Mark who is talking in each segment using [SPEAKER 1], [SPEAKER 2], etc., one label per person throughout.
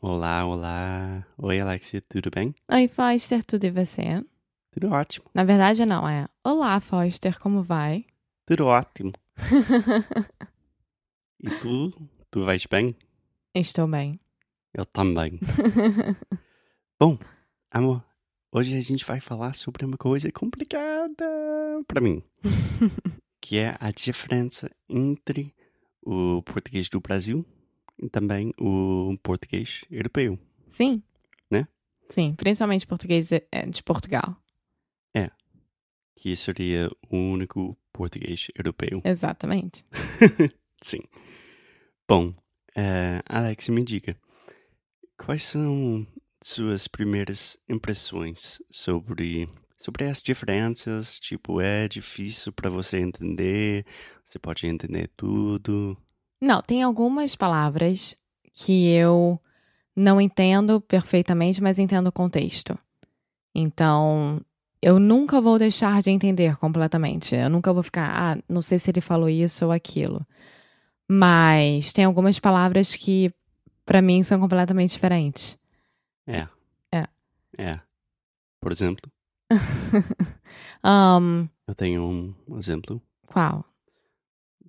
[SPEAKER 1] Olá, olá. Oi, Alexia, tudo bem?
[SPEAKER 2] Oi, Foster, tudo e você?
[SPEAKER 1] Tudo ótimo,
[SPEAKER 2] Na verdade, não, é Olá, Foster, como vai?
[SPEAKER 1] tudo ótimo. E tu? Tu vais bem?
[SPEAKER 2] Estou bem.
[SPEAKER 1] Eu também. Bom, amor, hoje a gente vai falar sobre uma coisa complicada para mim, que é a diferença entre o português do Brasil e também o português europeu.
[SPEAKER 2] Sim.
[SPEAKER 1] Né?
[SPEAKER 2] Sim, principalmente português é, de Portugal.
[SPEAKER 1] que seria o único português europeu.
[SPEAKER 2] Exatamente.
[SPEAKER 1] Sim. Bom, eh, Alex, me diga, quais são suas primeiras impressões sobre sobre as diferenças? Tipo, é difícil para você entender? Você pode entender tudo?
[SPEAKER 2] Não, tem algumas palavras que eu não entendo perfeitamente, mas entendo o contexto. Então, eu nunca vou deixar de entender completamente. Eu nunca vou ficar, ah, não sei se ele falou isso ou aquilo. Mas tem algumas palavras que, pra mim, são completamente diferentes.
[SPEAKER 1] É.
[SPEAKER 2] É.
[SPEAKER 1] É. Por exemplo,
[SPEAKER 2] Ahn,
[SPEAKER 1] eu tenho um exemplo.
[SPEAKER 2] qual?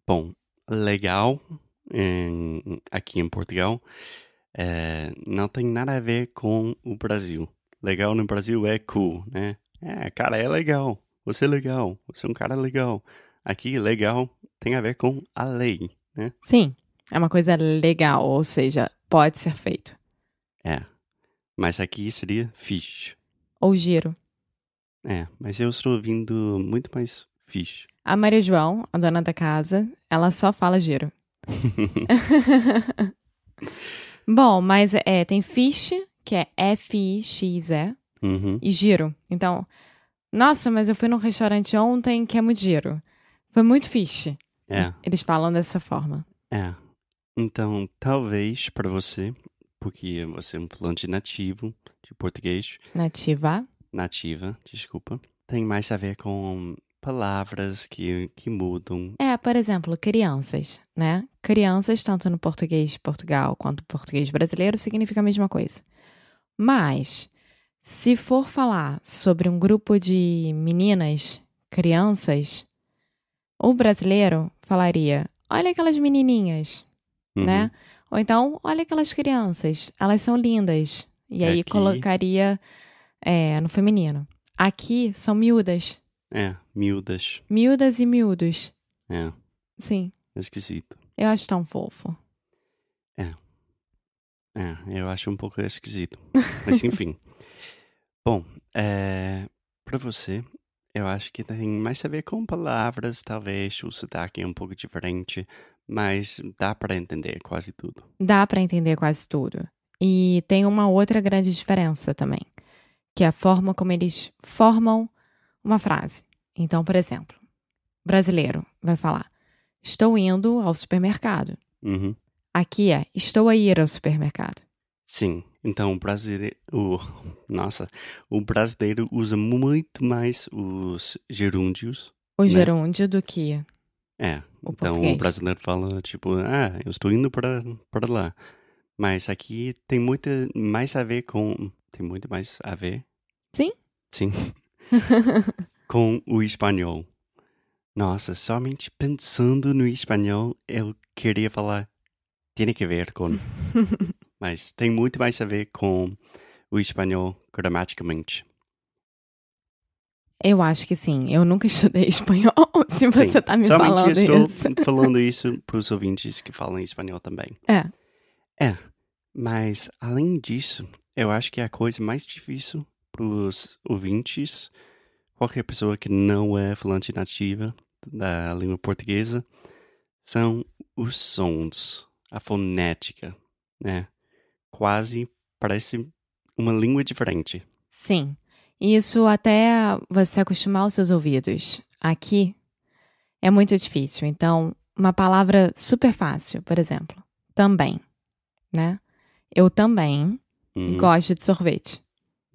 [SPEAKER 1] Bom, legal em- aqui em Portugal eh, não tem nada a ver com o Brasil. Legal no Brasil é cool, né? É, cara, é legal. Você é legal. Você é um cara legal. Aqui, legal tem a ver com a lei.
[SPEAKER 2] Sim, é uma coisa legal, ou seja, pode ser feito.
[SPEAKER 1] É. Mas aqui seria fish.
[SPEAKER 2] Ou giro.
[SPEAKER 1] É, mas eu estou ouvindo muito mais fish.
[SPEAKER 2] A Maria João, a dona da casa, ela só fala giro. Bom, mas é, tem fish, que é F-I-X-E,
[SPEAKER 1] Uhum.
[SPEAKER 2] e giro. Então, nossa, mas eu fui num restaurante ontem que é muito giro. Foi muito fish.
[SPEAKER 1] É.
[SPEAKER 2] Eles falam dessa forma.
[SPEAKER 1] É. Então, talvez para você, porque você é um falante nativo de português,
[SPEAKER 2] Nativa.
[SPEAKER 1] nativa, desculpa, tem mais a ver com palavras que, que mudam.
[SPEAKER 2] É, por exemplo, crianças, né? Crianças, tanto no português de Portugal quanto no português brasileiro, significa a mesma coisa. Mas, se for falar sobre um grupo de meninas, crianças, o brasileiro falaria: olha aquelas menininhas,
[SPEAKER 1] Uhum.
[SPEAKER 2] né? Ou então, olha aquelas crianças, elas são lindas. E aí
[SPEAKER 1] Aqui-
[SPEAKER 2] colocaria é, no feminino. Aqui são miúdas.
[SPEAKER 1] É, miúdas.
[SPEAKER 2] Miúdas e miúdos.
[SPEAKER 1] É,
[SPEAKER 2] Sim.
[SPEAKER 1] esquisito.
[SPEAKER 2] Eu acho tão fofo.
[SPEAKER 1] É, eu acho um pouco esquisito. Mas enfim. Bom, é, para você, eu acho que tem mais a ver com palavras, talvez o sotaque é um pouco diferente, mas dá para entender quase tudo.
[SPEAKER 2] Dá pra entender quase tudo. E tem uma outra grande diferença também, que é a forma como eles formam uma frase. Então, por exemplo, brasileiro vai falar: Estou indo ao supermercado.
[SPEAKER 1] Uhum.
[SPEAKER 2] Aqui é: Estou a ir ao supermercado.
[SPEAKER 1] Sim, então o brasileiro. O, nossa, o brasileiro usa muito mais os gerúndios.
[SPEAKER 2] O
[SPEAKER 1] Né?
[SPEAKER 2] gerúndio do que
[SPEAKER 1] É,
[SPEAKER 2] o
[SPEAKER 1] então
[SPEAKER 2] português.
[SPEAKER 1] o brasileiro fala tipo, ah, eu estou indo para, para lá. Mas aqui tem muito mais a ver com. Tem muito mais a ver.
[SPEAKER 2] Sim.
[SPEAKER 1] Sim. com o espanhol. Nossa, somente pensando no espanhol eu queria falar. Tem que ver com.
[SPEAKER 2] Hum.
[SPEAKER 1] Mas tem muito mais a ver com o espanhol gramaticamente.
[SPEAKER 2] Eu acho que sim. Eu nunca estudei espanhol, se
[SPEAKER 1] Sim,
[SPEAKER 2] você tá me
[SPEAKER 1] somente
[SPEAKER 2] falando
[SPEAKER 1] estou
[SPEAKER 2] isso.
[SPEAKER 1] falando isso para os ouvintes que falam espanhol também.
[SPEAKER 2] É.
[SPEAKER 1] É, mas além disso, eu acho que é a coisa mais difícil para os ouvintes, qualquer pessoa que não é falante nativa da língua portuguesa, são os sons, a fonética, né? Quase parece uma língua diferente.
[SPEAKER 2] Sim. Isso até você acostumar os seus ouvidos aqui é muito difícil. Então, uma palavra super fácil, por exemplo, também, né? Eu também
[SPEAKER 1] Uhum,
[SPEAKER 2] gosto de sorvete.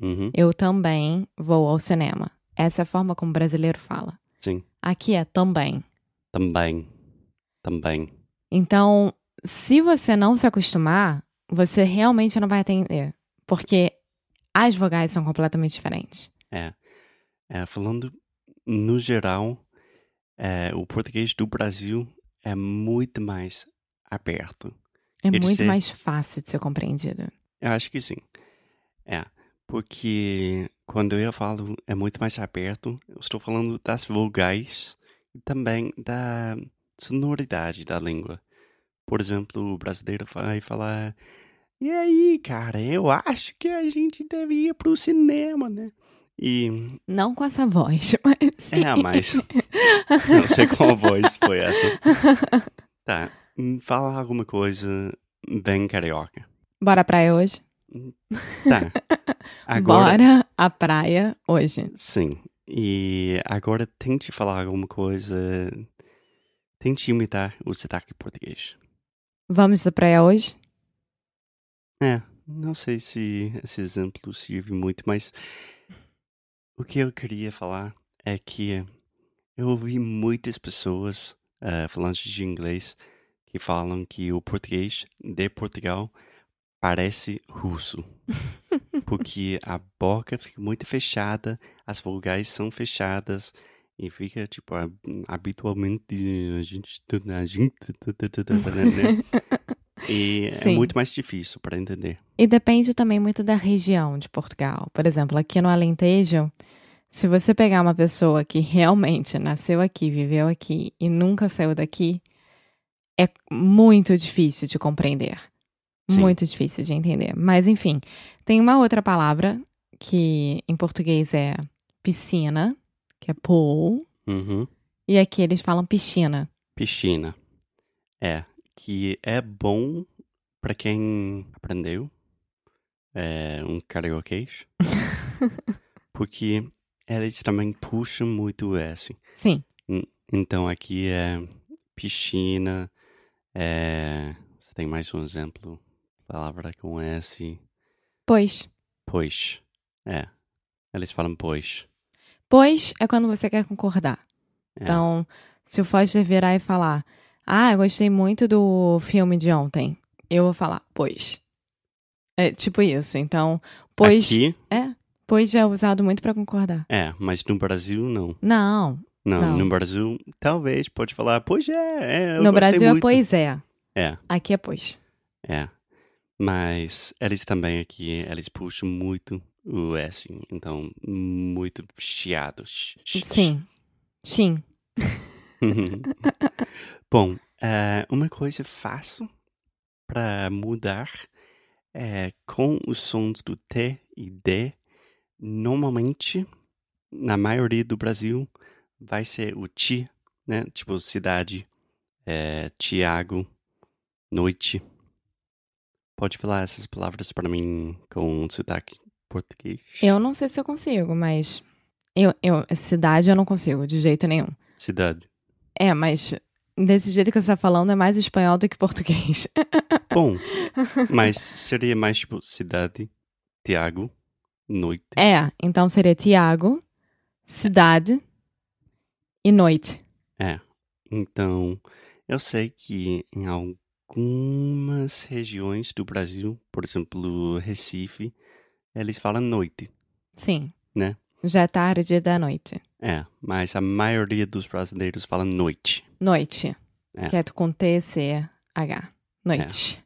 [SPEAKER 1] uhum,
[SPEAKER 2] Eu também vou ao cinema. Essa é a forma como o brasileiro fala.
[SPEAKER 1] Sim.
[SPEAKER 2] Aqui é também.
[SPEAKER 1] também, também.
[SPEAKER 2] Então, se você não se acostumar, você realmente não vai atender, porque as vogais são completamente diferentes.
[SPEAKER 1] É, falando no geral, é, o português do Brasil é muito mais aberto.
[SPEAKER 2] É
[SPEAKER 1] Eles
[SPEAKER 2] muito
[SPEAKER 1] se-
[SPEAKER 2] mais fácil de ser compreendido.
[SPEAKER 1] Eu acho que sim. É, porque quando eu falo é muito mais aberto, eu estou falando das vogais e também da sonoridade da língua. Por exemplo, o brasileiro vai falar: E aí, cara, eu acho que a gente devia ir pro cinema, né? E.
[SPEAKER 2] Não com essa voz, mas sim.
[SPEAKER 1] É, mas. Não sei qual voz foi essa. Tá, hum, fala alguma coisa bem carioca.
[SPEAKER 2] Bora à praia hoje?
[SPEAKER 1] Tá. Agora.
[SPEAKER 2] Bora à praia hoje.
[SPEAKER 1] Sim. E agora tente falar alguma coisa. Tente imitar o sotaque português.
[SPEAKER 2] Vamos à praia hoje?
[SPEAKER 1] É, não sei se esse exemplo serve muito, mas o que eu queria falar é que eu ouvi muitas pessoas eh, falantes de inglês que falam que o português de Portugal parece russo. porque a boca fica muito fechada, as vogais são fechadas e fica tipo a- habitualmente a gente a gente né? e é
[SPEAKER 2] Sim.
[SPEAKER 1] muito mais difícil para entender.
[SPEAKER 2] E depende também muito da região de Portugal. Por exemplo, aqui no Alentejo, se você pegar uma pessoa que realmente nasceu aqui, viveu aqui e nunca saiu daqui, é muito difícil de compreender.
[SPEAKER 1] Sim.
[SPEAKER 2] Muito difícil de entender. Mas, enfim, tem uma outra palavra que em português é piscina, que é pool,
[SPEAKER 1] Uhum.
[SPEAKER 2] e aqui eles falam piscina.
[SPEAKER 1] Piscina. É, que é bom para quem aprendeu é, um karaokês, porque eles também puxam muito o S.
[SPEAKER 2] Sim,
[SPEAKER 1] Então aqui é piscina, é... Você tem mais um exemplo? Palavra com S,
[SPEAKER 2] pois.
[SPEAKER 1] pois. É, eles falam pois.
[SPEAKER 2] Pois é quando você quer concordar.
[SPEAKER 1] É.
[SPEAKER 2] Então, se o Foster virar e falar, ah, eu gostei muito do filme de ontem, eu vou falar, pois. É tipo isso. Então, pois,
[SPEAKER 1] Aqui,
[SPEAKER 2] pois é usado muito pra concordar.
[SPEAKER 1] é, mas no Brasil não.
[SPEAKER 2] Não,
[SPEAKER 1] Não,
[SPEAKER 2] Não.
[SPEAKER 1] no Brasil talvez pode falar, pois é, é eu
[SPEAKER 2] no
[SPEAKER 1] gostei
[SPEAKER 2] Brasil é
[SPEAKER 1] muito.
[SPEAKER 2] pois é.
[SPEAKER 1] É,
[SPEAKER 2] Aqui é pois.
[SPEAKER 1] é. Mas eles também aqui, eles puxam muito o S, então muito chiado. Sh- sh- sh-
[SPEAKER 2] Sim. Sim.
[SPEAKER 1] Bom, eh, uma coisa fácil para mudar é com os sons do T e D. Normalmente, na maioria do Brasil, vai ser o ti, né? Tipo cidade, eh, Tiago, noite. Pode falar essas palavras para mim com sotaque português?
[SPEAKER 2] Eu não sei se eu consigo, mas eu, eu cidade eu não consigo de jeito nenhum.
[SPEAKER 1] Cidade.
[SPEAKER 2] É, mas desse jeito que você tá falando é mais espanhol do que português.
[SPEAKER 1] Bom, mas seria mais tipo cidade, Tiago, noite.
[SPEAKER 2] É, então seria Tiago, cidade e noite.
[SPEAKER 1] Então, eu sei que em algumas regiões do Brasil, por exemplo, Recife, eles falam noite.
[SPEAKER 2] Sim.
[SPEAKER 1] Né?
[SPEAKER 2] Já é tarde da noite.
[SPEAKER 1] É, mas a maioria dos brasileiros fala noite.
[SPEAKER 2] Noite.
[SPEAKER 1] É.
[SPEAKER 2] Que é com T, C, H. Noite.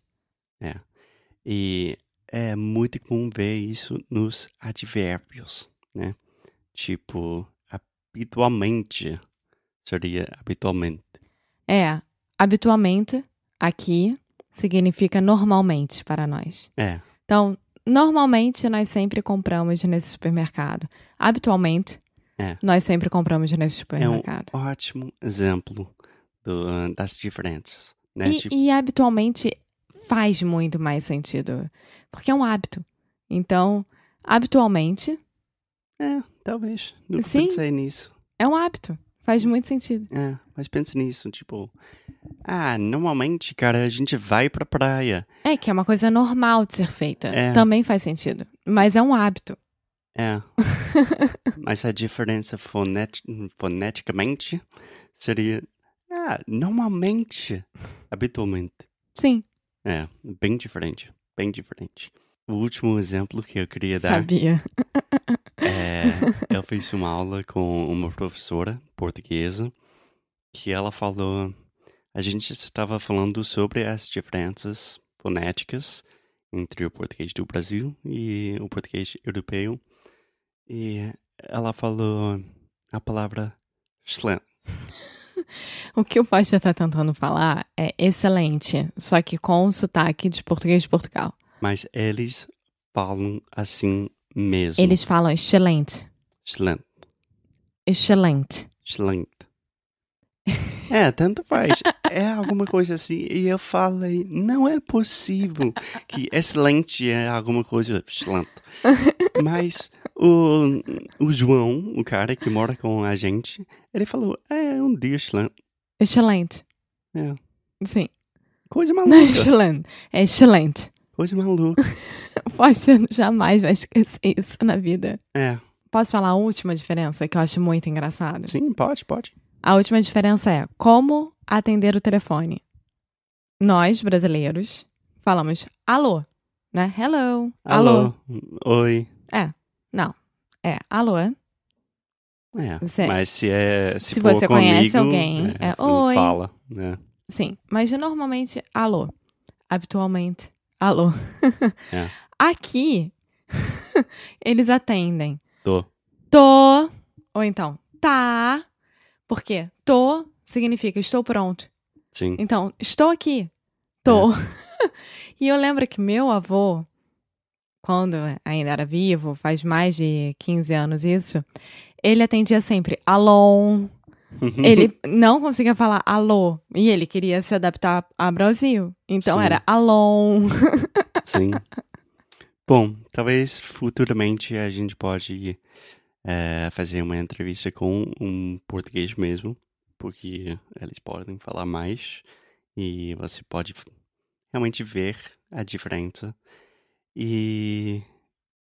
[SPEAKER 1] E é muito comum ver isso nos advérbios, né? Tipo, a habitualmente seria habitualmente.
[SPEAKER 2] É, habitualmente aqui significa normalmente para nós.
[SPEAKER 1] É,
[SPEAKER 2] Então, normalmente nós sempre compramos nesse supermercado. Habitualmente,
[SPEAKER 1] É.
[SPEAKER 2] nós sempre compramos nesse
[SPEAKER 1] é um
[SPEAKER 2] supermercado.
[SPEAKER 1] ótimo exemplo do, das diferenças, né?
[SPEAKER 2] E,
[SPEAKER 1] Tipo,
[SPEAKER 2] e habitualmente faz muito mais sentido, porque é um hábito. Então, habitualmente
[SPEAKER 1] é, talvez. Não
[SPEAKER 2] Sim.
[SPEAKER 1] pensei nisso.
[SPEAKER 2] é um hábito. Faz muito sentido.
[SPEAKER 1] É, mas pense nisso, tipo, ah, normalmente, cara, a gente vai pra praia.
[SPEAKER 2] É que é uma coisa normal de ser feita.
[SPEAKER 1] É.
[SPEAKER 2] Também faz sentido. Mas é um hábito.
[SPEAKER 1] É. Mas a diferença fonet foneticamente seria. Ah, normalmente. Habitualmente.
[SPEAKER 2] Sim,
[SPEAKER 1] É, bem diferente. Bem diferente. O último exemplo que eu queria dar
[SPEAKER 2] sabia.
[SPEAKER 1] é. Eu fiz uma aula com uma professora portuguesa que ela falou. A gente estava falando sobre as diferenças fonéticas entre o português do Brasil e o português europeu. E ela falou a palavra slam.
[SPEAKER 2] O que o Foster está tentando falar é excelente, só que com o sotaque de português de Portugal.
[SPEAKER 1] Mas eles falam assim mesmo.
[SPEAKER 2] Eles falam excelente,
[SPEAKER 1] Slam.
[SPEAKER 2] excelente.
[SPEAKER 1] Slant. É, tanto faz. É alguma coisa assim. E eu falei, não é possível que excelente é alguma coisa slant. Mas o, o João, o cara que mora com a gente, ele falou, é um dia slant.
[SPEAKER 2] Excelente.
[SPEAKER 1] É.
[SPEAKER 2] Sim,
[SPEAKER 1] Coisa
[SPEAKER 2] não é
[SPEAKER 1] maluca.
[SPEAKER 2] excelente, é excelente.
[SPEAKER 1] Coisa maluca.
[SPEAKER 2] O Foster jamais vai esquecer isso na vida.
[SPEAKER 1] É,
[SPEAKER 2] Posso falar a última diferença que eu acho muito engraçado?
[SPEAKER 1] sim, pode, pode.
[SPEAKER 2] A última diferença é como atender o telefone. Nós, brasileiros, falamos alô, né? Hello.
[SPEAKER 1] Alô. Oi.
[SPEAKER 2] É, alô.
[SPEAKER 1] É,
[SPEAKER 2] Você-
[SPEAKER 1] mas se é. Se,
[SPEAKER 2] se
[SPEAKER 1] for
[SPEAKER 2] você conhece
[SPEAKER 1] comigo,
[SPEAKER 2] alguém, é
[SPEAKER 1] não
[SPEAKER 2] oi.
[SPEAKER 1] Fala, né?
[SPEAKER 2] Sim, mas normalmente alô. Habitualmente, alô.
[SPEAKER 1] É.
[SPEAKER 2] Aqui, eles atendem.
[SPEAKER 1] Tô.
[SPEAKER 2] Tô. Ou então, tá. Por quê? Tô significa estou pronto.
[SPEAKER 1] Sim.
[SPEAKER 2] Então, estou aqui.
[SPEAKER 1] É.
[SPEAKER 2] Tô. e eu lembro que meu avô, quando ainda era vivo, faz mais de 15 anos isso, ele atendia sempre alô.
[SPEAKER 1] Uhum.
[SPEAKER 2] Ele não conseguia falar alô. E ele queria se adaptar ao Brasil. Então
[SPEAKER 1] Sim.
[SPEAKER 2] era alô.
[SPEAKER 1] Sim. Bom, talvez futuramente a gente pode eh, fazer uma entrevista com um português mesmo, porque eles podem falar mais e você pode realmente ver a diferença. E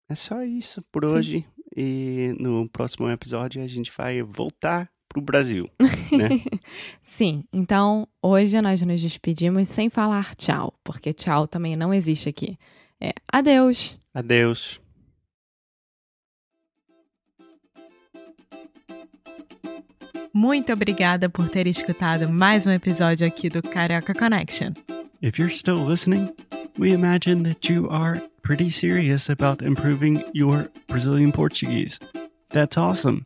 [SPEAKER 1] é só isso por
[SPEAKER 2] Sim.
[SPEAKER 1] hoje. E no próximo episódio a gente vai voltar pro Brasil, né?
[SPEAKER 2] Sim, então hoje nós nos despedimos sem falar tchau, porque tchau também não existe aqui. É adeus.
[SPEAKER 1] Adeus.
[SPEAKER 2] Muito obrigada por ter escutado mais um episódio aqui do Carioca Connection.
[SPEAKER 1] If you're still listening, we imagine that you are pretty serious about improving your Brazilian Portuguese. That's awesome.